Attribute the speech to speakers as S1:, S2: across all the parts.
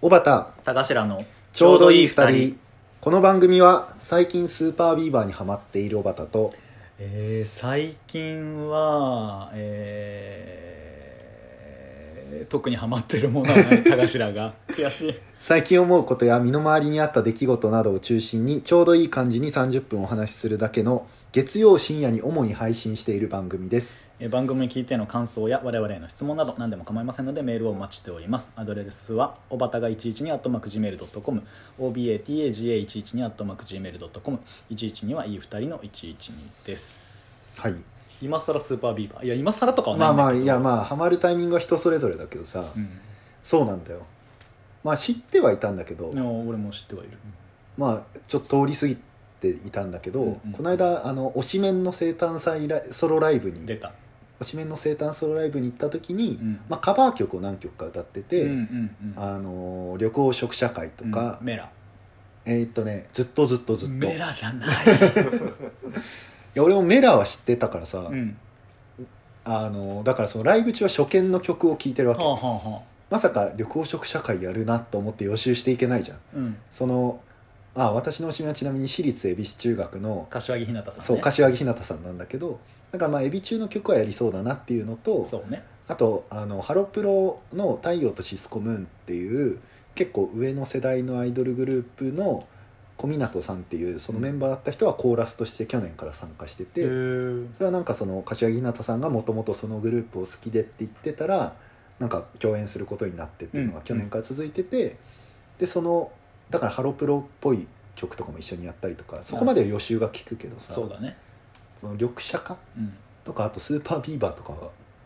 S1: 小畑
S2: 田頭の
S1: ちょうどいい二人この番組は最近スーパービーバーにハマっている小畑と
S2: えー、最近はえー特にハマってるものはない田頭が 悔しい
S1: 最近思うことや身の回りにあった出来事などを中心にちょうどいい感じに30分お話しするだけの月曜深夜に主に配信している番組です
S2: えー番組に聞いての感想や我々への質問など何でも構いませんのでメールをお待ちしておりますアドレスはおばたが112 at macgmail.com obatagaga112 at macgmail.com 112はいい二人の112です
S1: はい
S2: 今更スーパービーバーいや今更とかは
S1: ま
S2: な
S1: あ
S2: いんだ
S1: まあ
S2: けど
S1: いやまあハマるタイミングは人それぞれだけどさ、
S2: うん
S1: そうなんだよまあ知ってはいたんだけど、
S2: いや俺も知ってはいる
S1: まあちょっと通り過ぎていたんだけど、
S2: うんうんうん
S1: この間あの推しメンの生誕祭ライソロライブに
S2: 出た
S1: 推しメンの生誕ソロライブに行った時に、
S2: うん
S1: まあ、カバー曲を何曲か歌ってて、
S2: うんうんうん
S1: あのー旅行食社会とか
S2: う、んメラ
S1: えーっとねずっとずっとずっと
S2: メ
S1: い
S2: ラじゃない
S1: や俺もメラは知ってたからさ、
S2: うん
S1: あのーだからそのライブ中は初見の曲を聴いてるわ
S2: は
S1: け、
S2: あはあは
S1: まさか旅行食社会やるなと思って予習していけないじゃん
S2: あうん
S1: そのあ私の推しメンはちなみに私立恵比寿中学の、
S2: 柏木ひなたさんね
S1: そう柏木ひなたさんなんだけどだからまあ恵比中の曲はやりそうだなっていうのと
S2: そうね
S1: あとあのハロプロの「太陽とシスコムーン」っていう結構上の世代のアイドルグループの小湊さんっていうそのメンバーだった人はコーラスとして去年から参加してて、
S2: ー
S1: それはなんかその柏木ひなたさんがもともとそのグループを好きでって言ってたらなんか共演することになってっていうのが
S2: うん
S1: 去年から続いてて、でそのだからハロプロっぽい曲とかも一緒にやったりとかそこまでは予習が効くけどさ、
S2: そうだね
S1: その緑茶化
S2: うん
S1: とかあとスーパービーバーとかは
S2: う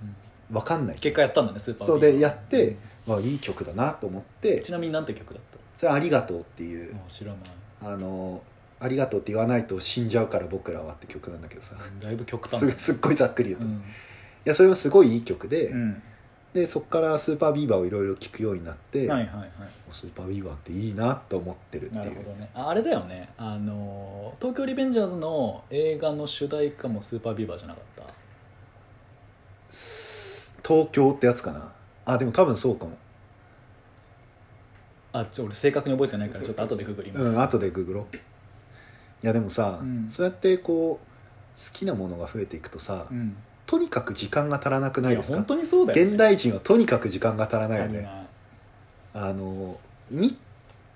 S2: ん
S1: 分かんない
S2: 結果やったんだねスーパー
S1: そう
S2: ビーバー
S1: でやって、まあ、いい曲だなと思って
S2: ちなみになんて曲だった
S1: それは「ありがとう」っていう
S2: あ知らない
S1: 「あのありがとう」って言わないと死んじゃうから僕らはって曲なんだけどさ
S2: だいぶ極端
S1: すすっごいざっくり言う
S2: う
S1: と、い
S2: ん
S1: やそれもすごいいい曲で、
S2: うん
S1: でそこからスーパービーバーをいろいろ聴くようになって、
S2: はいはいはい
S1: スーパービーバーっていいなと思ってるって
S2: ないるほ
S1: う
S2: どねああれだよねあのー東京リベンジャーズの映画の主題歌もスーパービーバーじゃなかった
S1: す東京ってやつかなあでも多分そうかも
S2: あちょ俺正確に覚えてないからちょっと後でググります、
S1: うん後でググろういやでもさ、
S2: うん
S1: そうやってこう好きなものが増えていくとさ、
S2: うん
S1: とにかく時間が足らなくないい
S2: や
S1: ですか
S2: 本当にそうだよ、ね、
S1: 現代人はとにかく時間が足らないよね
S2: ね
S1: あの見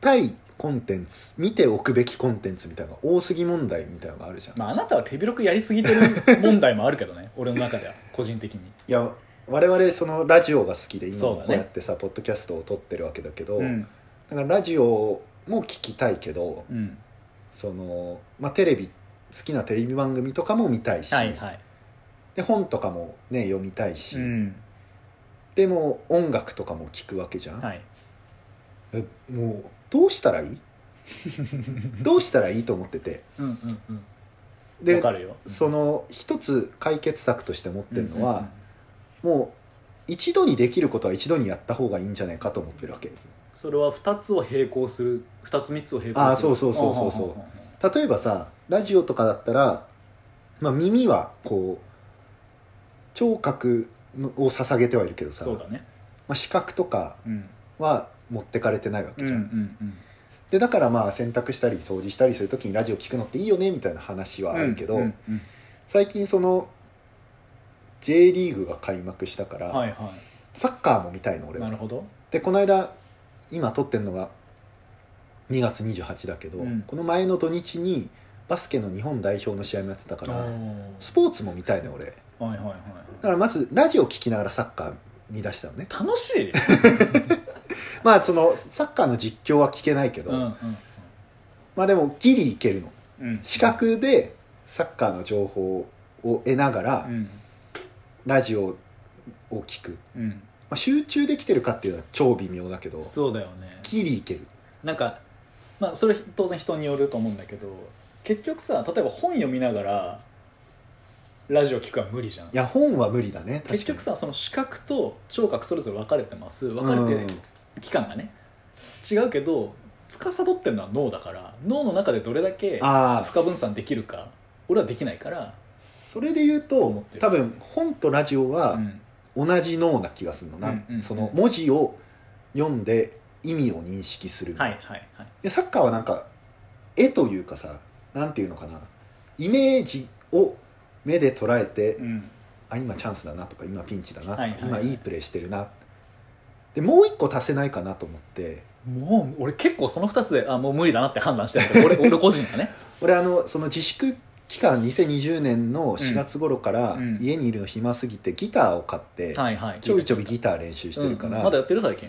S1: たいコンテンツ見ておくべきコンテンツみたいなのが多すぎ問題みたいなのがあるじゃん、
S2: まああなたは手広くやりすぎてる問題もあるけどね 俺の中では個人的に
S1: いや我々そのラジオが好きで今
S2: そう
S1: も
S2: だね
S1: こうやってさ、ポッドキャストを撮ってるわけだけど、
S2: うん
S1: だからラジオも聞きたいけど
S2: うん
S1: その、まあ、テレビ好きなテレビ番組とかも見たいし、
S2: はいはい
S1: で本とかもね読みたいし、
S2: うん
S1: でも音楽とかも聞くわけじゃん、
S2: はい
S1: えもうどうしたらい いどうしたらいいと思ってて
S2: うんうんうん
S1: で
S2: わかるよ
S1: その一つ解決策として持ってるのは、もう一度にできることは一度にやった方がいいんじゃないかと思ってるわけ
S2: それは2つを並行する2つ3つを並行する
S1: あーそうそうそうそうそう例えばさラジオとかだったら、まあ、耳はこう聴覚のを捧げてはいるけどさ、
S2: そう
S1: ま
S2: だね
S1: あ、視覚とか
S2: うん
S1: は持ってかれてないわ
S2: う
S1: け
S2: んう
S1: じゃん、
S2: んうん
S1: でだからまあ洗濯したり掃除したりする時にラジオ聞くのっていいよねみたいな話はあるけど、
S2: うんうんうん
S1: 最近その J リーグが開幕したから、
S2: はいは
S1: サッカーも見たいの俺
S2: い
S1: は
S2: なるほど
S1: でこの間今撮ってるのが2月28だけど、
S2: うん
S1: この前の土日にバスケの日本代表の試合もやってたか
S2: お
S1: ら
S2: ー
S1: スポーツも見たいね俺だ
S2: はいはいはい
S1: からまずラジオ聞きながらサッカー見出したのね
S2: 楽しい
S1: まあそのサッカーの実況は聞けないけど、
S2: うんうん
S1: まあでもギリいけるの
S2: うん
S1: 視覚でサッカーの情報を得ながら
S2: うん
S1: ラジオを聞く、ま
S2: うん
S1: あ、集中できてるかっていうのは超微妙だけど
S2: そうだよね
S1: ギリいける
S2: なんかまあそれ当然人によると思うんだけど結局さ例えば本読みながらラジオ聞くは無理じゃん
S1: いや本は無理だね確かに
S2: 結局さその視覚と聴覚それぞれ分かれてます分かれ
S1: うん
S2: て期間がね、違うけど司ってるのは脳だから脳の中でどれだけ
S1: ああ
S2: 負荷分散できるか俺はできないから、
S1: それで言う
S2: 思っ
S1: と
S2: てる
S1: 多分本とラジオ
S2: う
S1: は
S2: ん
S1: 同じ脳な気がするのな、
S2: うんうん
S1: その文字を読んで意味を認識する、
S2: はいはいはい
S1: でサッカーはなんか絵というかさなんていうのかなイメージを目で捉えて、
S2: うん
S1: あ今チャンスだなとか今ピンチだなとか、
S2: はいはい
S1: 今いいプレーしてるなでもう一個足せないかなと思って
S2: もう俺結構その2つであもう無理だなって判断してるんだけど俺俺個人がね
S1: 俺あのその自粛期間2020年の4月頃から
S2: うん
S1: 家にいるの暇すぎてギターを買って、
S2: はいはい
S1: ちょびちょびギター練習してるから、
S2: うんうんまだやってる最近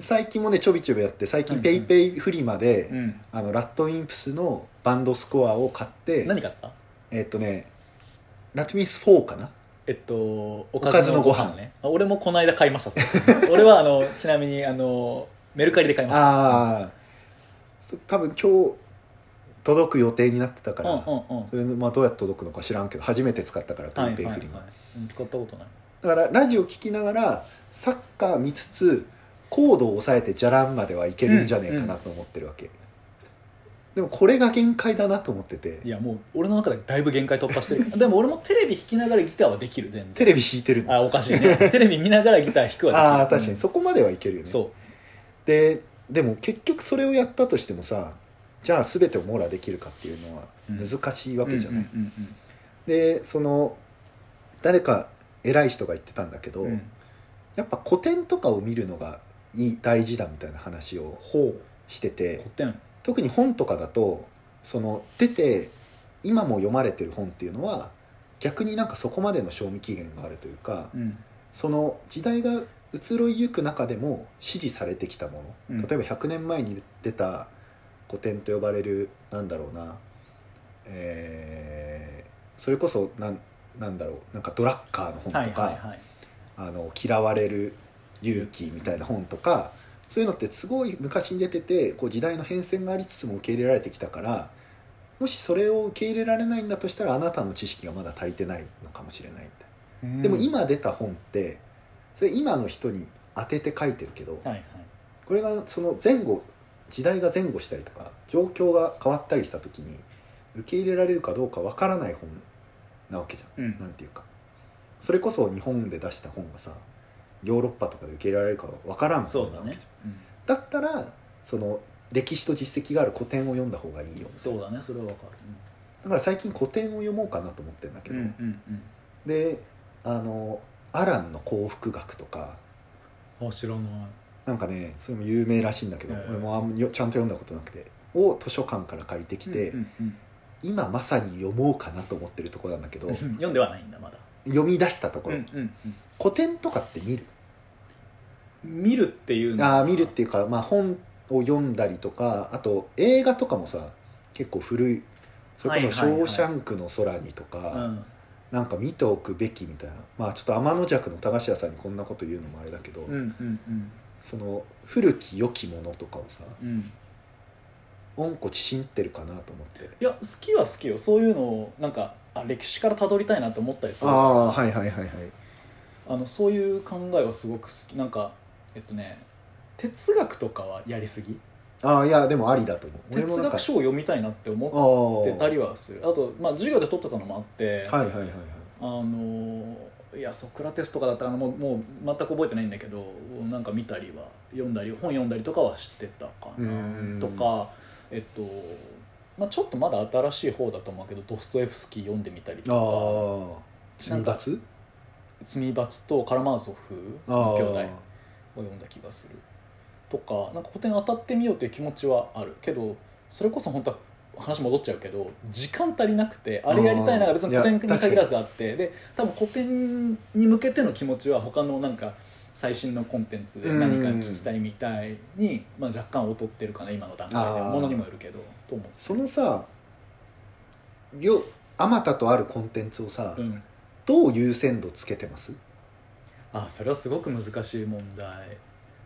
S1: 最近もねちょびちょびやって最
S2: うん
S1: 近
S2: うん
S1: ペイペイフリマで、
S2: うん
S1: あのラットインプスのバンドスコアを買って
S2: 何買った
S1: えっとねラトミス4かな
S2: えっとお
S1: かずのご飯
S2: ねあ俺もこの間買いました それ俺はあのちなみにあのメルカリで買いました
S1: ああそ多分今日届く予定になってたから、
S2: うんうんうん
S1: それのまあ、どうやって届くのか知らんけど初めて使ったから
S2: はい
S1: ペイペイ
S2: は
S1: フ
S2: い
S1: リマ、
S2: はいうん使ったことない
S1: だからラジオ聞きながらサッカー見つつコードを抑えてじゃらんまではいけるんじゃねえかなと思ってるわけ、でもこれが限界だなと思ってて
S2: いやもう俺の中でだいぶ限界突破してる でも俺もテレビ弾きながらギターはできる全然
S1: テレビ弾いてるのあ
S2: あおかしいねテレビ見ながらギター弾くはできる
S1: あー確か
S2: うん
S1: にそこまではいけるよね
S2: そう
S1: ででも結局それをやったとしてもさじゃあ全てを網羅できるかっていうのは難しいわけじゃない、
S2: うんうん
S1: でその誰か偉い人が言ってたんだけど、
S2: うんうん
S1: やっぱ古典とかを見るのがいい大事だみたいな話を
S2: ほ
S1: して
S2: う
S1: て
S2: 古典
S1: 特に本とかだとその出て今も読まれてる本っていうのは逆になんかそこまでの賞味期限があるというか、
S2: うん
S1: その時代が移ろいゆく中でも支持されてきたもの、
S2: うん
S1: 例えば100年前に出た古典と呼ばれるなんだろうな、えーそれこそなんなんだろうなんかドラッカーの本とか、
S2: はいはいはい
S1: あの嫌われる勇気みたいな本とかそういうのってすごい昔に出ててこう時代の変遷がありつつも受け入れられてきたからもしそれを受け入れられないんだとしたらあなたの知識がまだ足りてないのかもしれないみたいな
S2: うん
S1: でも今出た本ってそれ今の人に当てて書いてるけど、
S2: はいはい
S1: これがその前後時代が前後したりとか状況が変わったりした時に受け入れられるかどうかわからない本なわけじゃん。
S2: うん
S1: なんていうかそれこそ日本で出した本がさヨーロッパとかで受け入れられるかわからんもん
S2: そう
S1: な
S2: だ
S1: わけ
S2: ね
S1: じゃんだったらその歴史と実績がある古典を読んだ方がいいよ
S2: うんそうだねそれはわかる
S1: だから最近古典を読もうかなと思ってるんだけど、
S2: うん
S1: であのアランの幸福学とか
S2: うんあ知らない
S1: なんかねそれも有名らしいんだけど、
S2: うん
S1: 俺もあんまよちゃんと読んだことなくてを図書館から借りてきて、
S2: うんうん
S1: 今まさに読もうかなと思ってるところなんだけど
S2: うん読んではないんだまだ
S1: 読み出したところ、
S2: うんうん
S1: 古典とかって見る、
S2: うん見るっていうの
S1: あー見るっていうか、まあ、本を読んだりとかあと映画とかもさ結構古いそれこそ「シ
S2: はいは
S1: ョ
S2: いは
S1: ー
S2: い
S1: シャンクの空に」とか、
S2: うん
S1: なんか見ておくべきみたいなまあちょっと天の弱の高橋さんにこんなこと言うのもあれだけど、
S2: うんうんうん
S1: その古き良きものとかをさ
S2: うん
S1: 温故知新ってるかなと思って。
S2: いや好きは好きよそういうのをなんかあ歴史から辿りたいなと思ったりするあ
S1: ああーはいはいはいはい
S2: のそういう考えはすごく好きなんかえっとね哲学とかはやりすぎ
S1: ああいやでもありだと思う俺もな
S2: 哲
S1: んか
S2: 学書を読みたいなって思って
S1: ああ
S2: たりはするあと、まあ、授業で取ってたのもあって、
S1: はいはいはいはい
S2: あのいやソクラテスとかだったかなもうもう全く覚えてないんだけどなんか見たりは読んだり本読んだりとかはしてたか
S1: う
S2: なんとかえっと、まあ、ちょっとまだ新しい方だと思うけどドストエフスキー読んでみたりと
S1: ああ
S2: な
S1: 罪
S2: んか
S1: 罰
S2: か「罪罰」と「カラマーゾフ
S1: ああ
S2: の兄弟」を読んだ気がするとかなんか古典当たってみようという気持ちはあるけどそれこそ本当は話戻っちゃうけど時間足りなくてあれやりたいな
S1: あー
S2: ら別に
S1: いや
S2: 古典に限らずあってで多分古典に向けての気持ちは他のなんか最新のコンテンツで何か聞きたいみたいに、まあ、若干劣ってるかな今の段階で
S1: あー
S2: ものにもよるけどと思う
S1: そのさよあまたとあるコンテンツをさ、
S2: うん、
S1: どう優先度つけてます
S2: あそれはすごく難しい問題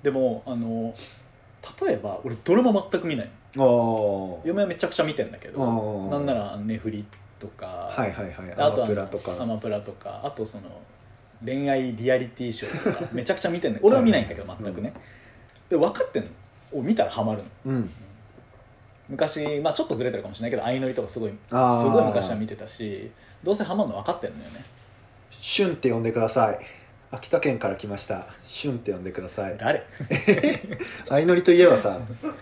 S2: でもあの例えば俺ドラマ全く見ない
S1: ああはい
S2: 嫁はめちゃくちゃ見てんだけど
S1: うん
S2: なんならネフリとか、
S1: はいはい
S2: あ
S1: ア
S2: と
S1: マ
S2: あ
S1: プ
S2: の
S1: ラと
S2: ア
S1: か
S2: マプラとかあとその恋愛リアリティショーとか めちゃくちゃ見てんね俺は見ないんだけど全くね、で分かってんのを見たらハマるの
S1: うん
S2: 昔、まあ、ちょっとずれてるかもしれないけど相乗りとかすごいす
S1: あー
S2: ごい昔は見てたしどうせハマるの分かってんのよね
S1: 「シュン」って呼んでください秋田県から来ましたシュンって呼んでください
S2: 誰
S1: 相乗りといえばさ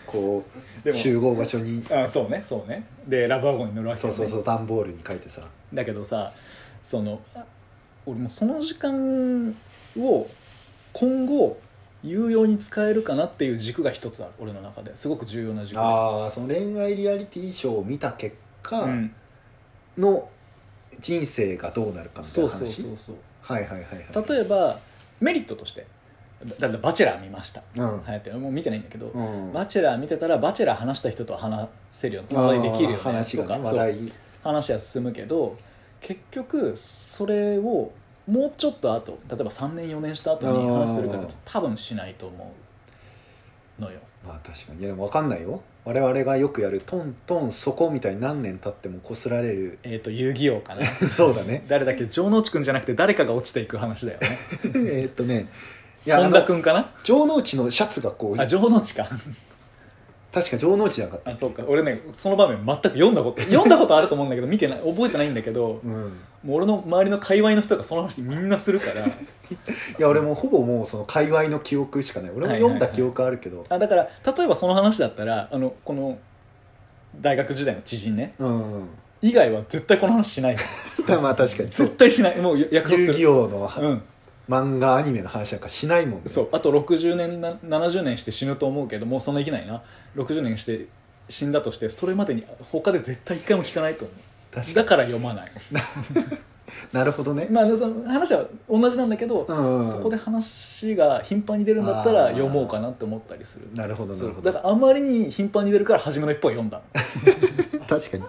S1: こ
S2: で
S1: う
S2: も
S1: 集合場所に
S2: あそうねそうねでラブワゴンに乗るわけ
S1: そう
S2: よ
S1: そう
S2: ね
S1: そう段ボールに書いてさ
S2: だけどさそのあ俺もうその時間を今後有用に使えるかなっていう軸が一つある俺の中ですごく重要な軸で
S1: ああその恋愛リアリティショーを見た結果
S2: うん、
S1: の人生がどうなるかみたい
S2: そう
S1: な
S2: そう
S1: 話
S2: そうそう
S1: はいはいはいはい
S2: 例えばメリットとしてだだってバチェラー見ました
S1: うん
S2: はやってもう見てないんだけど、
S1: うん
S2: バチェラー見てたらバチェラー話した人とは話せるような話題できるよ、ね、
S1: あー話がね
S2: とか
S1: 話
S2: そう
S1: 題
S2: 話は進むけど結局それをもうちょっと後例えば3年4年した後に話するかと
S1: あー
S2: 多分しないと思うのよ
S1: まあ確かにいやでも分かんないよ我々がよくやるトントンそこみたいに何年経ってもこすられる
S2: えっ、と遊戯王かな
S1: そうだね
S2: 誰だっけ城之内くんじゃなくて誰かが落ちていく話だよね
S1: えーっとねいやあ
S2: 本
S1: の
S2: 田くんかな
S1: 城之内のシャツがこう
S2: あ城之内か
S1: 確か城之内じゃなかった
S2: あそうか俺ねその場面全く読んだこと読んだことあると思うんだけど 見てない覚えてないんだけど
S1: うん
S2: もう俺の周りの界隈の人がその話みんなするから
S1: いや俺もほぼもうその界隈の記憶しかない俺も読んだ記憶あるけど、
S2: あだから例えばその話だったらあのこの大学時代の知人ね
S1: うんうん
S2: 以外は絶対この話 しない
S1: まあ確かにそう
S2: 絶対しないもう約束
S1: 遊
S2: す
S1: 戯
S2: る
S1: 王の
S2: うん
S1: 漫画アニメの話なんかしないもんね
S2: そうあと60年な70年して死ぬと思うけどもうそんな生きないな60年して死んだとしてそれまでに他で絶対一回も聞かないと思う
S1: 確か
S2: だから読 まない
S1: になるほどね、
S2: まあその話は同じなんだけど、
S1: うんうん
S2: そこで話が頻繁に出るんだったら読もうかなって思ったりする
S1: なるほどな
S2: そ
S1: る
S2: う
S1: ほ
S2: だ
S1: ど
S2: からあまりに頻繁に出るから初めの一歩は読んだ
S1: 確かに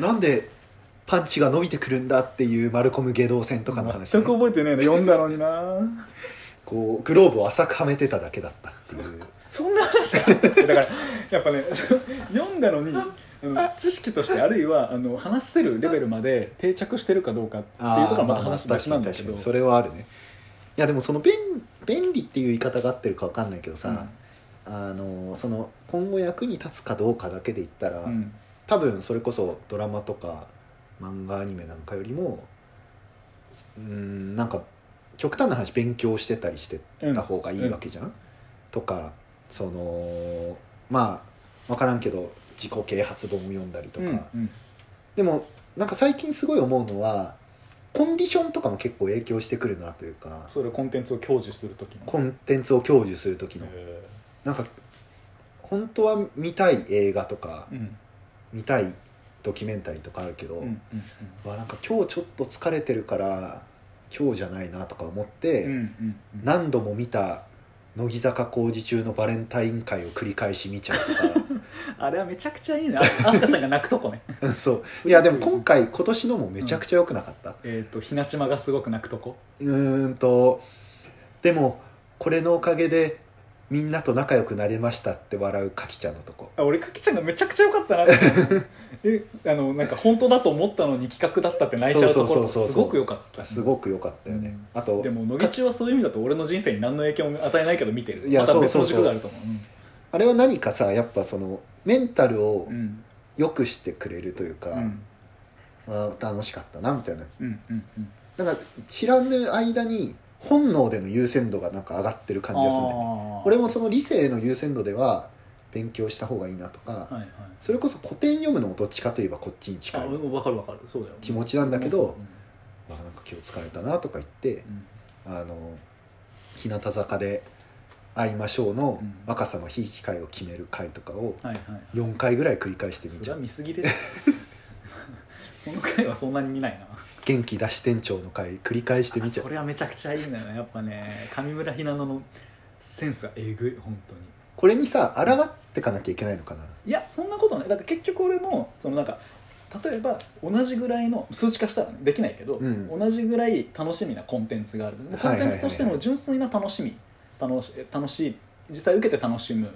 S1: なんでパンチが伸びてくるんだっていうマルコム下道戦とかの話、ね
S2: 全く覚えてねえの読んだのにな
S1: こうグローブを浅くはめてただけだったっていう
S2: そんな話があったっ けだからやっぱね その読んだのにあの知識としてあるいはあの話せるレベルまで定着してるかどうかっていうところはまた話別なんだけ
S1: 確かに確か
S2: ど
S1: にそれはあるねいやでもその便便利っていう言い方が合ってるか分かんないけどさ、あのその今後役に立つかどうかだけで言ったら、
S2: うんうん
S1: 多分それこそドラマとか漫画アニメなんかよりもうーんなんか極端な話勉強してたりしてた方がいいわけじゃん、とかそのまあ分からんけど自己啓発本を読んだりとか、
S2: うん
S1: でもなんか最近すごい思うのはコンディションとかも結構影響してくるなというか
S2: それコンテンツを享受する時の
S1: コンテンツを享受する時の
S2: え
S1: なんか本当は見たい映画とか
S2: ーうん
S1: 見たいドキュメンタリーとかあるけど、
S2: うんうん
S1: わなんか今日ちょっと疲れてるから今日じゃないなとか思って、
S2: うんうんうん
S1: 何度も見た乃木坂工事中のバレンタイン会を繰り返し見ちゃうと
S2: あれはめちゃくちゃいいなあ飛鳥さんが泣くとこね
S1: かそういやでも今回今年のもめちゃくちゃ良くなかった、
S2: えっとひなちまがすごく泣くとこ
S1: うーんとでもこれのおかげでみんなと仲良くなれましたって笑うかきちゃんのとこ
S2: あ俺かきちゃんがめちゃくちゃ良かった なって思うえあのなんか本当だと思ったのに企画だったって泣いちゃうとこ
S1: そ
S2: ろ
S1: うそうそうそう
S2: すごく良かった
S1: すごく良かったよね、あと
S2: でも野口はそういう意味だと俺の人生に何の影響も与えないけど見てる
S1: いや
S2: また
S1: そう
S2: 別の
S1: そうそう
S2: 軸があると思ううん
S1: あれは何かさやっぱそのメンタルを
S2: うん
S1: 良くしてくれるというか、
S2: うん
S1: あー楽しかったなみたいな
S2: うんうんうん
S1: なんか知らぬ間に本能での優先度がなんか上がってる感じがするんだよね
S2: あー
S1: 俺もその理性の優先度では勉強した方がいいなとか、
S2: はいはい
S1: それこそ古典読むのもどっちかといえばこっちに近
S2: あ
S1: い
S2: 俺も分かる分かるそうだよ
S1: 気持ちなんだけど
S2: うん
S1: あなんか今日疲れたなとか言って
S2: うん
S1: あの日向坂で会いましょうの
S2: うん
S1: 若さのひいき会を決める会とかを
S2: はいはい
S1: 4回ぐらい繰り返してみ
S2: そ
S1: ち
S2: れ
S1: ゃ
S2: は
S1: う
S2: 見すぎでしょその回はそんなに見ないな
S1: 元気出し店長の会繰り返してみちゃ
S2: あそうれはめちゃくちゃいいんだよねやっぱね上村ひなののセンスがえぐい本当に
S1: これにさ抗ってかなきゃいけないのかない
S2: やそんなことないだって結局俺もそのなんか例えば同じぐらいの数値化したらねできないけど、
S1: うん
S2: 同じぐらい楽しみなコンテンツがある
S1: はい
S2: コ
S1: は
S2: ン
S1: いは
S2: テ
S1: い
S2: ンツとしての純粋な楽しみ楽し楽しい実際受けて楽しむ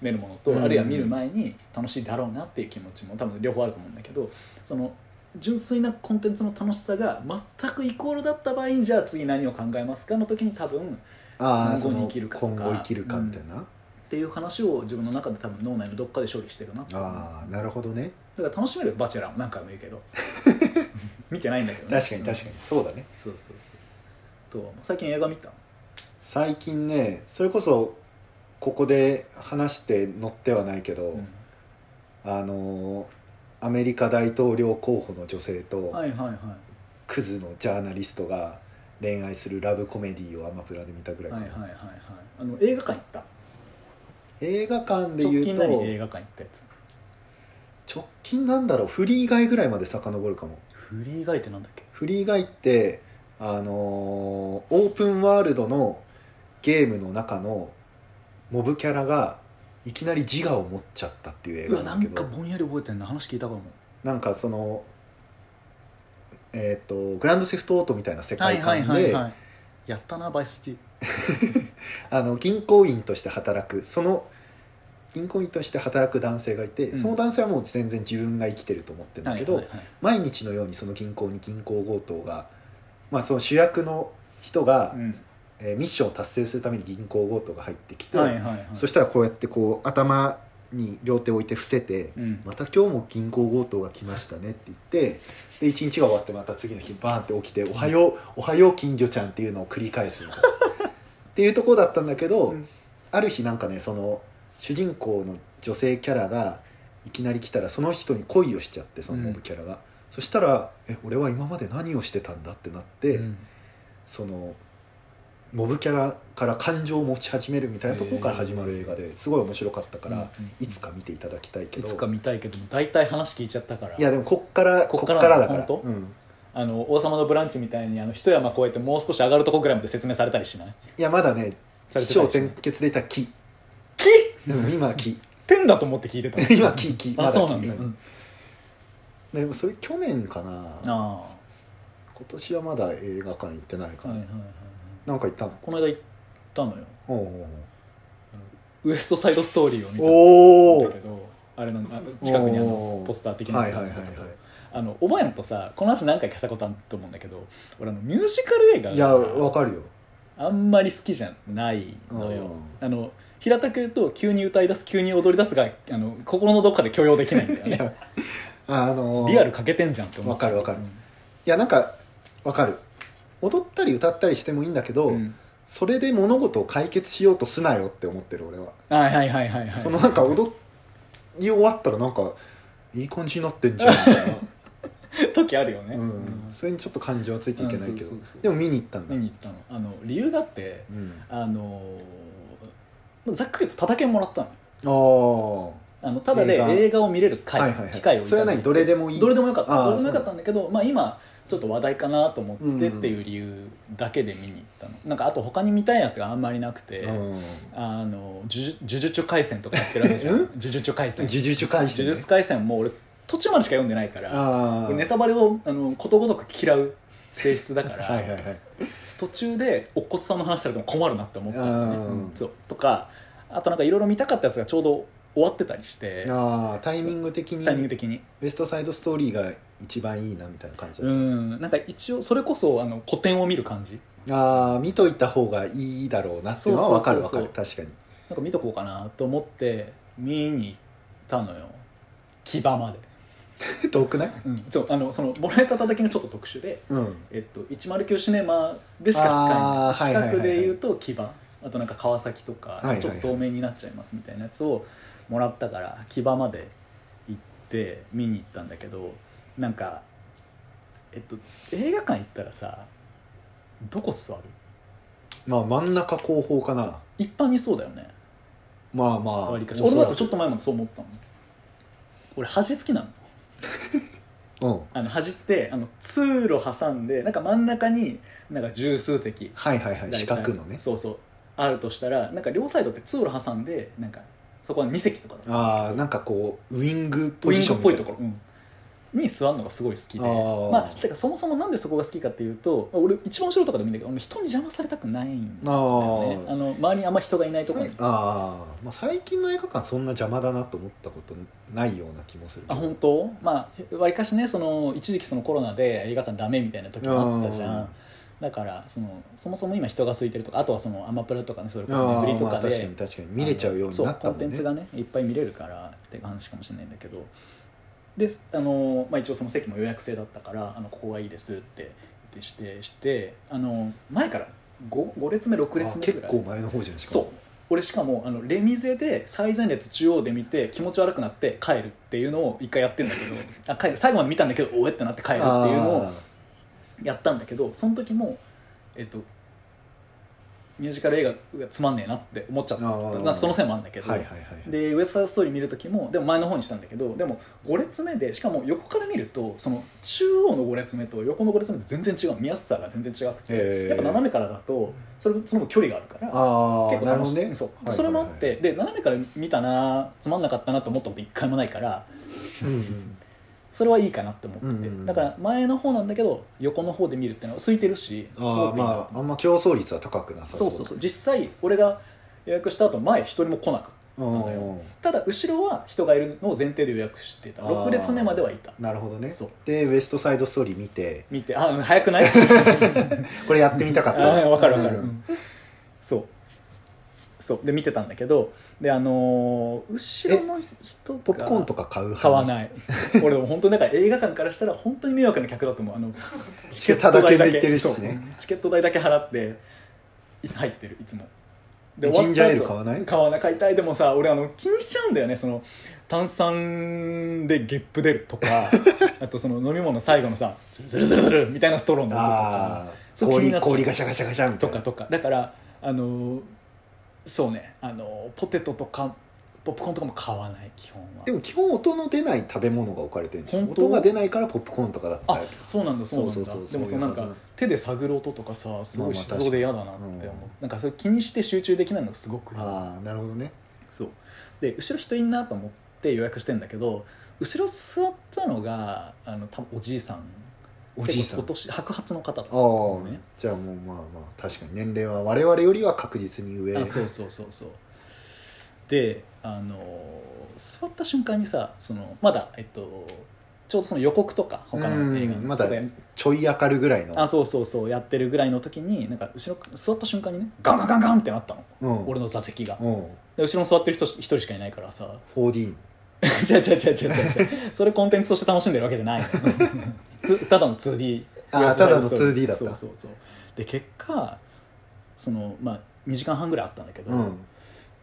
S2: 見るものと、
S1: うん
S2: あるいは見る前に楽しいだろうなっていう気持ちも多分両方あると思うんだけどその純粋なコンテンツの楽しさが全くイコールだった場合にじゃあ次何を考えますかの時に多分
S1: ああ
S2: 今後
S1: そ
S2: に
S1: の
S2: 生きるかとか
S1: 今後生きるかみたいな、
S2: っていう話を自分の中で多分脳内のどっかで処理してるなって
S1: ああなるほどね
S2: だから楽しめるよバチェラー も何回も言うけど見てないんだけど、
S1: 確かに確かに、そうだね
S2: そうそうそうと最近映画見た
S1: 最近ねそれこそここで話して乗ってはないけど、
S2: うん
S1: あのアメリカ大統領候補の女性と
S2: はいはいはい
S1: クズのジャーナリストが恋愛するラブコメディをアマプラで見たぐらい
S2: は
S1: か
S2: い
S1: な
S2: はいはいはいあの映画館行った
S1: 映画館で
S2: 直
S1: 言
S2: 近
S1: うと
S2: 何映画館行ったやつ
S1: 直近なんだろうフリー以外ぐらいまで遡るかも
S2: フリー以外ってなんだっけ
S1: フリー以外ってあのーオープンワールドのゲームの中のモブキャラがいきなり自我を持っちゃったっていう映
S2: うわ
S1: 画
S2: な
S1: なんだ
S2: ん
S1: けど
S2: かぼんやり覚えてんな話聞いたかも
S1: なんかそのえっ、とグランドセフトオートみたいな世
S2: は
S1: 界
S2: いはい
S1: 観
S2: はい
S1: で
S2: はいやったなバイスチ
S1: あの銀行員として働くその銀行員として働く男性がいて、
S2: うん
S1: その男性はもう全然自分が生きてると思ってるんだけど、
S2: はいはいはい
S1: 毎日のようにその銀行に銀行強盗が、まあ、その主役の人が、
S2: うん
S1: えーミッションを達成するために銀行強盗が入ってきて、
S2: はいはいはい
S1: そしたらこうやってこう頭に両手を置いて伏せて
S2: う。ん
S1: また今日も銀行強盗が来ましたねって言ってで一日が終わってまた次の日バーンって起きて「おはようおはよう金魚ちゃん」っていうのを繰り返すみたいなっていうところだったんだけど、
S2: うん
S1: ある日なんかねその主人公の女性キャラがいきなり来たらその人に恋をしちゃってそのモブキャラが、そしたら「え俺は今まで何をしてたんだ」ってなって、
S2: うん
S1: そのモブキャラから感情を持ち始めるみたいなところから始まる映画ですごい面白かったから、
S2: うん
S1: いつか見ていただきたいけ
S2: い
S1: ど。
S2: つか見たいけども大体話聞いちゃったから
S1: いやでもこっから
S2: こ
S1: こ
S2: っ
S1: っ
S2: か
S1: かららだから
S2: 本当
S1: うん、
S2: あの「王様のブランチ」みたいにあの一山越えてもう少し上がるとこぐらいまで説明されたりしない
S1: いやまだね
S2: され
S1: 起
S2: て
S1: 承
S2: ないしね
S1: 転結でいた木
S2: 木
S1: うん今は木
S2: 天だと思って聞いてた
S1: 今木木
S2: あ
S1: ま
S2: そ
S1: だ
S2: う
S1: 木
S2: なんだ、
S1: うんでもそれ去年かな
S2: あ
S1: 今年はまだ映画館行ってない
S2: あ
S1: か
S2: は
S1: ら、
S2: いはいはいはい
S1: なんか行ったの
S2: この間行ったのよ
S1: おう
S2: ウエストサイドストーリーを見た
S1: おうお
S2: んだけどあれなんか近くにあの
S1: おー
S2: ポスター的な
S1: は
S2: や
S1: い
S2: つ
S1: はい
S2: があ
S1: は
S2: っ
S1: い
S2: た
S1: はい
S2: けどあのおばやんとさこの話何回かしたことあると思うんだけど俺あのミュージカル映画
S1: いやわかるよ
S2: あんまり好きじゃないのよ
S1: う
S2: あの平たく言うと急に歌い出す急に踊り出すがあの心のどっかで許容できないんだよ
S1: い
S2: ね
S1: やあのー
S2: リアル欠けてんじゃんって思っちゃう
S1: わかるわかいやなんかわかる踊ったり歌ったりしてもいいんだけど、
S2: うんうん
S1: それで物事を解決しようとすなよって思ってる俺は
S2: はいはいはいはいはい
S1: そのなんか踊り終わったらなんかいい感じになってんじゃんみたいな、
S2: 時あるよね、
S1: うん、それにちょっと感情はついていけないけど、
S2: うんそうそうそう
S1: でも見に行ったんだ
S2: 見に行ったのあの理由があって
S1: うん、あ
S2: あのーざっくり言うと叩けもらったの
S1: あー
S2: あのただで
S1: 映画
S2: 映画を見れる会、
S1: はいはいはい
S2: 機会をいただいて
S1: それは何どれでもいい
S2: どれでもよかった
S1: あー
S2: どれでもよかったんだけどまあ今ちょっと話題かなと思っ
S1: うん
S2: て
S1: う
S2: っ
S1: ん
S2: ていう理由だけで見に行ったの、なんかあと他に見たいやつがあんまりなくて、
S1: うん
S2: あの呪術呪術廻戦とかやってるわ けじゃん
S1: うん
S2: 呪術廻戦
S1: 呪術廻戦ね
S2: 呪術廻戦も俺途中までしか読んでないから
S1: ああ
S2: 俺ネタバレをあのことごとく嫌う性質だから
S1: はいはいはい
S2: 途中で乙骨さんの話されても困るなって思ったのね
S1: あー
S2: うんそうとかあとなんかいろいろ見たかったやつがちょうど終わってたりして
S1: ああタイミング的に
S2: タイミング的に
S1: ウエストサイドストーリーが一番いいなみたいな感じだ
S2: う
S1: っ
S2: んなんか一応それこそあの古典を見る感じ
S1: た、ああ見といた方がいいだろうなっていうのは分かる
S2: そう
S1: 分
S2: そ
S1: か
S2: うそ
S1: る確
S2: う
S1: かに
S2: なんか見とこうかなと思って見に行ったのよ牙ま で、
S1: 遠くない
S2: うん、そうあのそのもらえた叩きがちょっと特殊で
S1: うん
S2: えっと、109シネマでしか使えな
S1: あ
S2: い、
S1: ーはいはいはいはい
S2: 近くで言うと基盤あとなんか川崎とか、
S1: いはいはい
S2: ちょっと透明になっちゃいますみたいなやつをもらったから基盤まで行って見に行ったんだけどなんか、えっと、映画館行ったらさどこ座る
S1: まあ真ん中後方かな
S2: 一般にそうだよね
S1: まあまあ
S2: 割りかし
S1: お
S2: 俺
S1: そ
S2: だ
S1: ら
S2: と
S1: く
S2: ちょっと前までそう思ったの俺端好きなの
S1: うん
S2: あの端ってあの通路挟んでなんか真ん中になんか十数席
S1: はいはいはい
S2: 大体
S1: 四角のね
S2: そうそうあるとしたらなんか両サイドって通路挟んでなんかそこは2席とかだ
S1: ああなんかこうウイングポ
S2: ポイ
S1: ジ
S2: ン
S1: ショ
S2: ト
S1: ン
S2: っぽいと
S1: こ
S2: ころ、うんに座るのがすごい好きで
S1: あー
S2: まあてかそもそもなんでそこが好きかっていうと俺一番後ろとかでもいいんだけど俺人に邪魔されたくないんだよね
S1: あ
S2: あ
S1: あ
S2: の周りにあんま人がいないところに
S1: ああ、まあ、最近の映画館そんな邪魔だなと思ったことないような気もする
S2: あ本当まあわりかしねその一時期そのコロナで映画館ダメみたいな時もあったじゃ
S1: うんん
S2: だからそのそもそも今人が空いてるとかあとはそのアマプラとかねそれこそ
S1: あ
S2: ネ
S1: あ
S2: フリと
S1: ま
S2: か
S1: あ
S2: で、
S1: 確かに確かに見れちゃうようになった
S2: そ
S1: も
S2: うコン
S1: ん
S2: テン
S1: ね
S2: ツがねいっぱい見れるからって話かもしれないんだけどであの、まあ、一応その席も予約制だったからあのここがいいですって言ってってしてしてあの前から 5, 5列目6列
S1: あ
S2: 目ぐ
S1: 結
S2: らい
S1: 構前の方じゃないですか
S2: そう俺しかもあのレミゼで最前列中央で見て気持ち悪くなって帰るっていうのを一回やってるんだけどあ帰る最後まで見たんだけどおえってなって帰るっていうのを
S1: あ
S2: やったんだけどその時もえっとミュージカル映画がつまんねえなって思っちゃった
S1: あー
S2: なんかそのせいもあるんだけ
S1: ー
S2: ど、
S1: はいはいはい
S2: でウエストサイドストーリー見る時もでも前の方にしたんだけどでも5列目でしかも横から見るとその中央の5列目と横の5列目って全然違う見やすさが全然違くて、
S1: えー
S2: やっぱ斜めからだとそれその分距離があるから
S1: あ
S2: 結
S1: あ
S2: 構
S1: なるほ
S2: 楽し
S1: ど
S2: い、
S1: ね
S2: そう、
S1: はい
S2: それもあっ
S1: は
S2: てで斜めから見たなつまんなかったなと思ったこと一回もないから
S1: いはいうんうん
S2: それはいいかなって思って
S1: う
S2: て、
S1: んうんうん
S2: だから前の方なんだけど横の方で見るってのは空いてるしす
S1: あ
S2: ご
S1: あ
S2: くいいな
S1: まああんま競争率は高くなさ
S2: そうそうそう実際俺が予約した後前一人も来なく
S1: うんうんうん
S2: ただ後ろは人がいるのを前提で予約してた
S1: あー
S2: 6列目まではいた
S1: なるほどね
S2: そう
S1: でウエストサイドストーリー見て
S2: 見てあうん 早くない
S1: これやってみたかった
S2: あ分かる分かる、
S1: うん
S2: そうそうで見てたんだけどであのー後ろの人が
S1: ポップコーンとか買う派
S2: 買わない俺も本当にだから映画館からしたら本当に迷惑な客だと思 うあのチ
S1: チケットだけで行ってるしね
S2: そうチケット代だけ払ってい入ってるいつも
S1: え
S2: 終わ
S1: ジ
S2: っ
S1: ン
S2: た
S1: ジ
S2: 後
S1: ャーエール買わない
S2: 買わない買いたいでもさ俺あの気にしちゃうんだよねその炭酸でゲップ出る とかあとその飲み物最後のさズルズルズルズルみたいなストローの音とか
S1: ああ
S2: そう気
S1: 氷
S2: になっちゃう
S1: 氷ガシャガシャガシャみた
S2: と
S1: いな
S2: かとかだからあのそうねあのポテトとかポップコーンとかも買わない基本は
S1: でも基本音の出ない食べ物が置かれてるんですよ
S2: 本当
S1: 音が出ないからポップコーンとかだった
S2: あ
S1: ら
S2: そうなんだそうなんだ
S1: そうそうそう
S2: でも
S1: そ
S2: そ
S1: いう
S2: うな
S1: は
S2: ん
S1: ず
S2: か手で探る音とかさすごい
S1: まあまあ
S2: 静動で嫌だなって思う、
S1: 確かにうん
S2: なんかそれ気にして集中できないのがすごく嫌
S1: ああなるほどね
S2: そうで後ろ人いんなと思って予約してんだけど後ろ座ったのがあの多分おじいさん
S1: おじいさん
S2: 結構今年白髪の方だっ
S1: あ
S2: た
S1: あ、
S2: ね
S1: じゃあもうまあまあ確かに年齢は我々よりは確実に上
S2: あそうそうそうそうであの座った瞬間にさそのまだえっとちょうどその予告とか他の映画
S1: う
S2: の
S1: んまだちょい明るぐらいの
S2: あそうそうそうやってるぐらいの時になんか後ろ座った瞬間にねガンガンガンガンってなったの、
S1: うん
S2: 俺の座席が、
S1: うん
S2: で後ろに座ってる人一人しかいないからさ
S1: 4D
S2: 違う違う違う違う違う違うそれコンテンツとして楽しんでるわけじゃないの つただの 2D
S1: あーただの 2D だった
S2: そうそうそうで結果そのまあ2時間半ぐらいあったんだけど、
S1: うん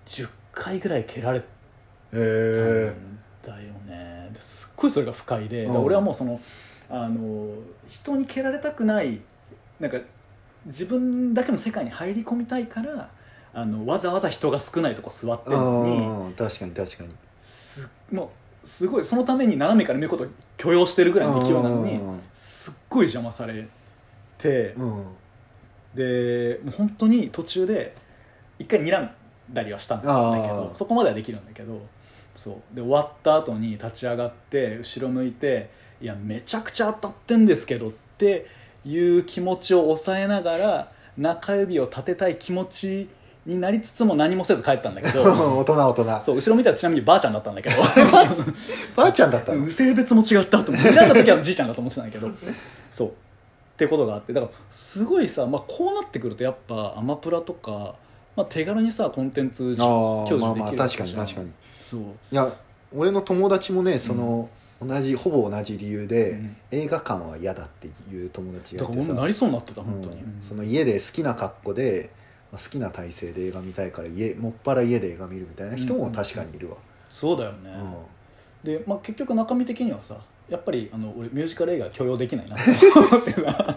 S2: 10回ぐらい蹴られて
S1: へ
S2: た
S1: え
S2: んだよねですっごいそれが不快で、だから
S1: うん
S2: 俺はもうそのあの人に蹴られたくないなんか自分だけの世界に入り込みたいからあのわざわざ人が少ないとこ座ってるのに
S1: うん確かに確かに
S2: すもうすごいそのために斜めから見ることを許容してるぐらいの勢いなのに
S1: うん
S2: すっごい邪魔されて
S1: うん
S2: でもう本当に途中で一回睨んだりはしたんだけど
S1: あー
S2: そこまではできるんだけどそうで終わった後に立ち上がって後ろ向いて「いやめちゃくちゃ当たってんですけど」っていう気持ちを抑えながら中指を立てたい気持ちになりつつも何もせず帰ったんだけど
S1: 大人大人
S2: そう後ろ見たらちなみにばあちゃんだったん だけど
S1: ばあちゃんだったの
S2: 性別も違ったと思って睨んだ時はじいちゃんだと思ってたんだけ どそうってことがあってだからすごいさ、まあ、こうなってくるとやっぱアマプラとか、まあ、手軽にさコンテンツ
S1: あ
S2: 享
S1: あま
S2: 受
S1: あまあ
S2: できる
S1: 確かに確かに
S2: そう、
S1: いや俺の友達もねその、同じほぼ同じ理由で、
S2: うん
S1: 映画館は嫌だっていう友達
S2: だ
S1: がい
S2: か
S1: てさ
S2: ら俺もなりそうになってた本当に、
S1: うん
S2: うん
S1: その家で好きな格好でまあ好きな体勢で映画見たいから家もっぱら家で映画見るみたいな人も確かにいるわ、
S2: そうだよね、
S1: うん
S2: で、まあ、結局中身的にはさやっぱりあの俺ミュージカル映画は許容できない なって思ってさ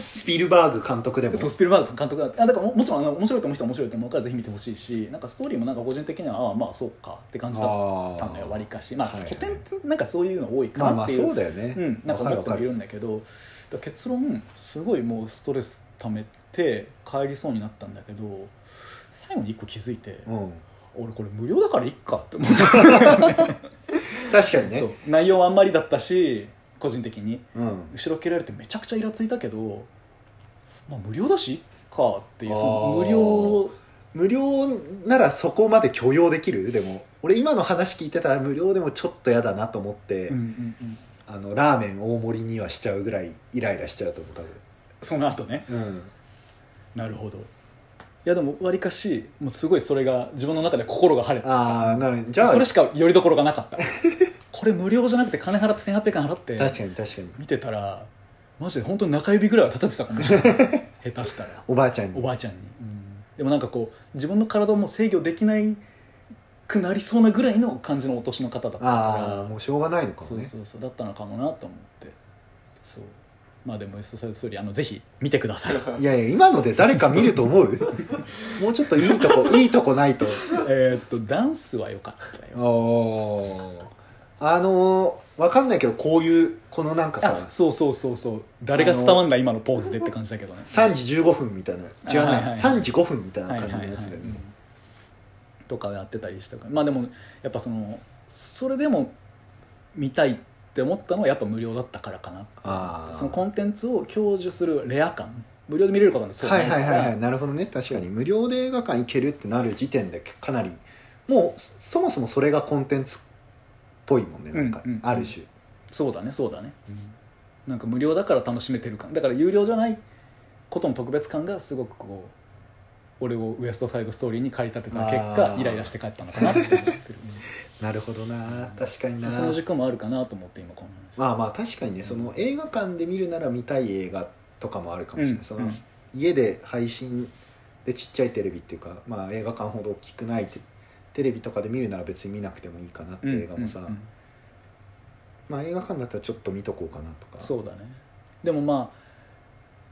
S1: スピルバーグ監督でも
S2: そうスピルバーグ監督があだからももちろんあの面白いと思う人は面白いと思うからぜひ見てほしいしなんかストーリーもなんか個人的にはああまあそうかって感じだっ
S1: あ
S2: た
S1: あ
S2: のよ割りかしまあ、
S1: はいはい
S2: 古典ってなんかそういうの多い
S1: ま
S2: か
S1: あ
S2: な
S1: ま
S2: っ
S1: あ
S2: ていう
S1: そうだよね、
S2: うん、なんか思
S1: わ
S2: ってもい
S1: る
S2: るんだけどだから結論すごいもうストレス溜めて帰りそうになったんだけど最後に一個気づいて、
S1: わかる、
S2: 俺これ無料だからいっかって思った、
S1: うん、確かに ね
S2: そう内容はあんまりだったし個人的に
S1: うん
S2: 後ろ蹴られてめちゃくちゃイラついたけど、まあ、無料だしいっかっていうそ
S1: あー
S2: の無料を
S1: 無料ならそこまで許容できるでも俺今の話聞いてたら無料でもちょっと嫌だなと思って、
S2: うんうんうん
S1: あのラーメン大盛りにはしちゃうぐらいイライラしちゃうと思う多
S2: その後ね
S1: 分うん
S2: なるほどいやでもわりかしもうすごいそれが自分の中で心が晴れた
S1: ああなるほどじゃあ
S2: それしかよりどころ がなかったこれ無料じゃなくて金払って1800円払って
S1: 確かに確かに
S2: 見てたらマジで本当に中指ぐらいは立ててたかもし れない下手したら
S1: おばあちゃん
S2: お
S1: に
S2: ばあちゃんに、でもなんかこう自分の体をもう制御できないくなりそうなぐらいの感じのお年の方だったから
S1: ああもうしょうがないのかも
S2: そう
S1: ね
S2: そうそうだったのかもなと思ってそうまあでもエストサイドストーリーあのぜひ見てくだ さい、
S1: いやいや今ので誰か見ると思 うもうちょっといいとこいいとこないと
S2: えーっとダンスは良かったよ
S1: あのー、わかんないけどこういうこのなんかさ
S2: あそうそうそうそう誰が伝わんだ今のポーズでって感じだけどね
S1: 3時15分みたいな違う
S2: は
S1: な、
S2: いはいはい
S1: 3時5分みたいな
S2: はいは
S1: 感
S2: い
S1: じ
S2: は
S1: の
S2: い
S1: やつだよね、
S2: うんとかやってたりしたからまあでもやっぱそのそれでも見たいって思ったのはやっぱ無料だったからかな
S1: ああ
S2: そのコンテンツを享受するレア感無料で見れることなんてそう
S1: はい
S2: ない
S1: は
S2: から
S1: いはいはいなるほどね確かに無料で映画館行けるってなる時点でかなりもうそそもそもそれがコンテンツっぽいもんねなんか、
S2: うんうん
S1: ある種、
S2: そうだねそうだねなんか無料だから楽しめてる感だから有料じゃないことの特別感がすごくこう俺をウエストサイドストーリーに駆り立てた結
S1: あ
S2: 果
S1: ー
S2: イライラして帰ったのかなって思って る
S1: なるほどな確かに
S2: う
S1: なん
S2: その軸もあるかなと思って今この話
S1: まあまあ確かにねその映画館で見るなら見たい映画とかもあるかもしれない、
S2: うん
S1: その
S2: うん
S1: 家で配信でちっちゃいテレビっていうか、まあ、映画館ほど大きくないてテレビとかで見るなら別に見なくてもいいかなって映画もさ、
S2: うんうんうん
S1: まあ、映画館だったらちょっと見とこうかなとか
S2: そうだねでもまあ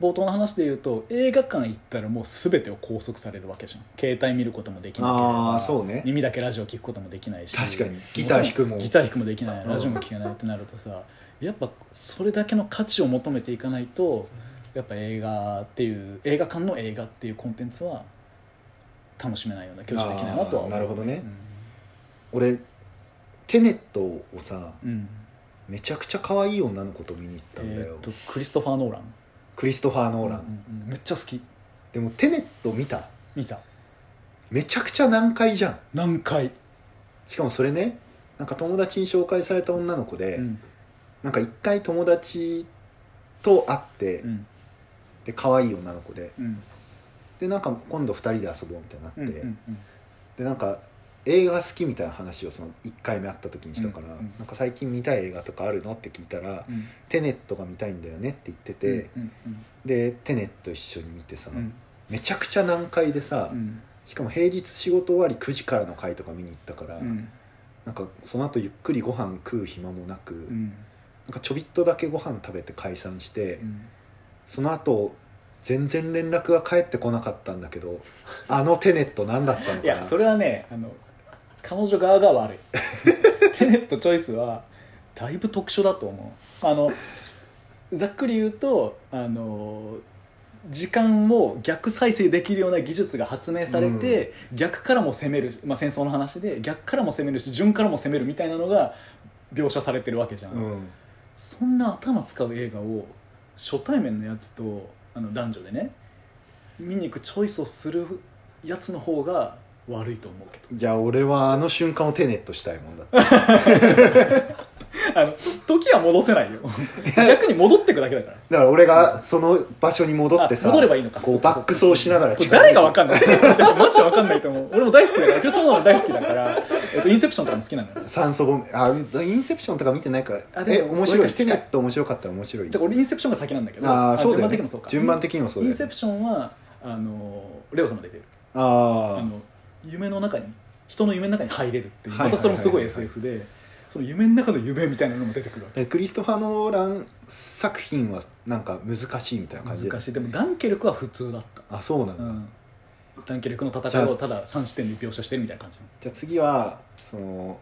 S2: 冒頭の話で言うと映画館行ったらもう全てを拘束されるわけじゃん携帯見ることもできなければ
S1: あーそうね
S2: 耳だけラジオ聞くこともできないし
S1: 確かにギター弾くも
S2: ギター弾くもできないラジオも聴けないってなるとさやっぱそれだけの価値を求めていかないとやっぱ映画っていう映画館の映画っていうコンテンツは楽しめないような享受できないなとは思
S1: あー
S2: う
S1: なるほどね俺テネットをさ
S2: うん、うん
S1: めちゃくちゃ可愛い女の子と見に行ったんだ
S2: え
S1: よ
S2: ー、っとクリストファー・ノーラン
S1: クリストファー・ノーラン、
S2: うんうんめっちゃ好き
S1: でもテネット見た
S2: 見た
S1: めちゃくちゃ難解じゃん
S2: 何回、
S1: しかもそれねなんか友達に紹介された女の子で、
S2: うん
S1: なんか一回友達と会って、
S2: うん
S1: で可愛い女の子で
S2: うん
S1: でなんか今度2人で遊ぼうみたいになって、
S2: うんうんうん
S1: でなんか映画好きみたいな話をその1回目会った時にしたから、
S2: うんうん
S1: なんか最近見たい映画とかあるのって聞いたら
S2: うん
S1: 「テネットが見たいんだよね」って言ってて、
S2: うんうん
S1: でテネット一緒に見てさ、
S2: うん
S1: めちゃくちゃ難解でさ、
S2: うん
S1: しかも平日仕事終わり9時からの回とか見に行ったから、
S2: うん
S1: なんかその後ゆっくりご飯食う暇もなく、
S2: う
S1: なん
S2: ん
S1: かちょびっとだけご飯食べて解散して、
S2: うん
S1: その後全然連絡が返ってこなかったんだけどあのテネット何だったの
S2: い
S1: かな
S2: やそれはねあの彼女側が悪いテネットチョイスはだいぶ特殊だと思うあのざっくり言うとあの時間を逆再生できるような技術が発明されて、逆からも攻める、まあ、戦争の話で逆からも攻めるし順からも攻めるみたいなのが描写されてるわけじゃん、
S1: うん
S2: そんな頭使う映画を初対面のやつとあの男女でね見に行くチョイスをするやつの方が悪いと思うけど
S1: いや俺はあの瞬間をテネットしたいもんだって
S2: あの時は戻せない よ逆に戻ってくだけだから
S1: だから俺がその場所に戻ってさ
S2: あ戻ればいいのか
S1: こうバック走しながら
S2: これ誰が
S1: か
S2: 分かんない マジで分かんないと思う俺も大好きだからクリスマス大好きだから、えっと、インセプションとかも好きなのよだか
S1: 酸素ボンベあインセプションとか見てないから
S2: あで
S1: え
S2: も
S1: 面白
S2: 俺
S1: い
S2: が
S1: テ
S2: 近い
S1: ネット面白かったら面白い
S2: ら俺インセプションが先なんだけど
S1: ああそうだよ、ね、
S2: 順番的にもそうか
S1: 順番的にもそう
S2: イ
S1: だ
S2: ン
S1: よ、
S2: セ
S1: ね
S2: プ、ションはあのレオ様出てるあ
S1: あ
S2: の夢の中に人の夢の中に入れるっていう
S1: はいは
S2: ま
S1: い
S2: たそれもすごい
S1: はいはい
S2: SF でその夢の中の夢みたいなのも出てくるわけ
S1: あクリストファー・ノーラン作品はなんか難しいみたいな感じで
S2: 難しいでもダンケルクは普通だった、
S1: あそうなんだ、
S2: うん、ダンケルクの戦いをただ3視点で描写してるみたいな感じ
S1: じゃあ次はその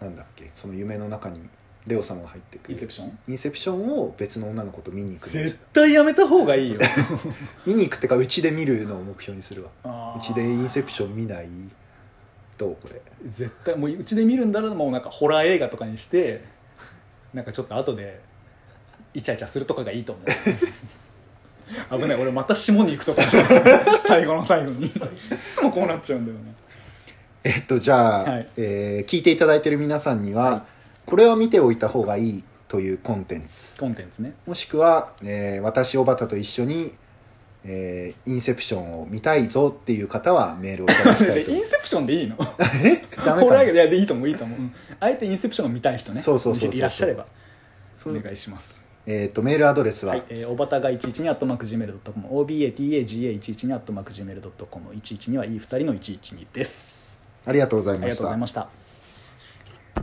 S1: なんだっけその夢の中にレオさんが入ってくる
S2: インセプション
S1: インセプションを別の女の子と見に行く
S2: 絶対やめた方がいいよ
S1: 見に行くってかうちで見るのを目標にするわう
S2: う
S1: ちでインセプション見ないどうこれ
S2: 絶対もううちで見るんだらもうなんかホラー映画とかにしてなんかちょっと後でイチャイチャするとかがいいと思う危ない俺また下に行く とか最後の最後にいつもこうなっちゃうんだよね
S1: えっとじゃあ、
S2: はい
S1: えー聞いていただいてる皆さんには、これは見ておいた方がいいというコンテンツ
S2: コンテンツね
S1: もしくは、えー私おばたと一緒に、えーインセプションを見たいぞっていう方はメールをいただきたい
S2: で
S1: と思
S2: イ
S1: い
S2: ン
S1: ます
S2: セプションでいいのホ
S1: ダ
S2: ラ
S1: メか
S2: ー
S1: な
S2: 映画いやでいいと思ういいと思うあえてインセプションが見たい人ね
S1: そうそうそうそう
S2: もしいらっしゃれば
S1: そ
S2: お
S1: う
S2: 願いします
S1: えっ、とメールアドレスは、
S2: はい、えー、おばたが112 at macgmail.com、obatagaga112 at macgmail.com、112はいい2人の112です。
S1: ありがとうござい
S2: あり
S1: ま
S2: が
S1: し
S2: とうござ
S1: た
S2: い。ました。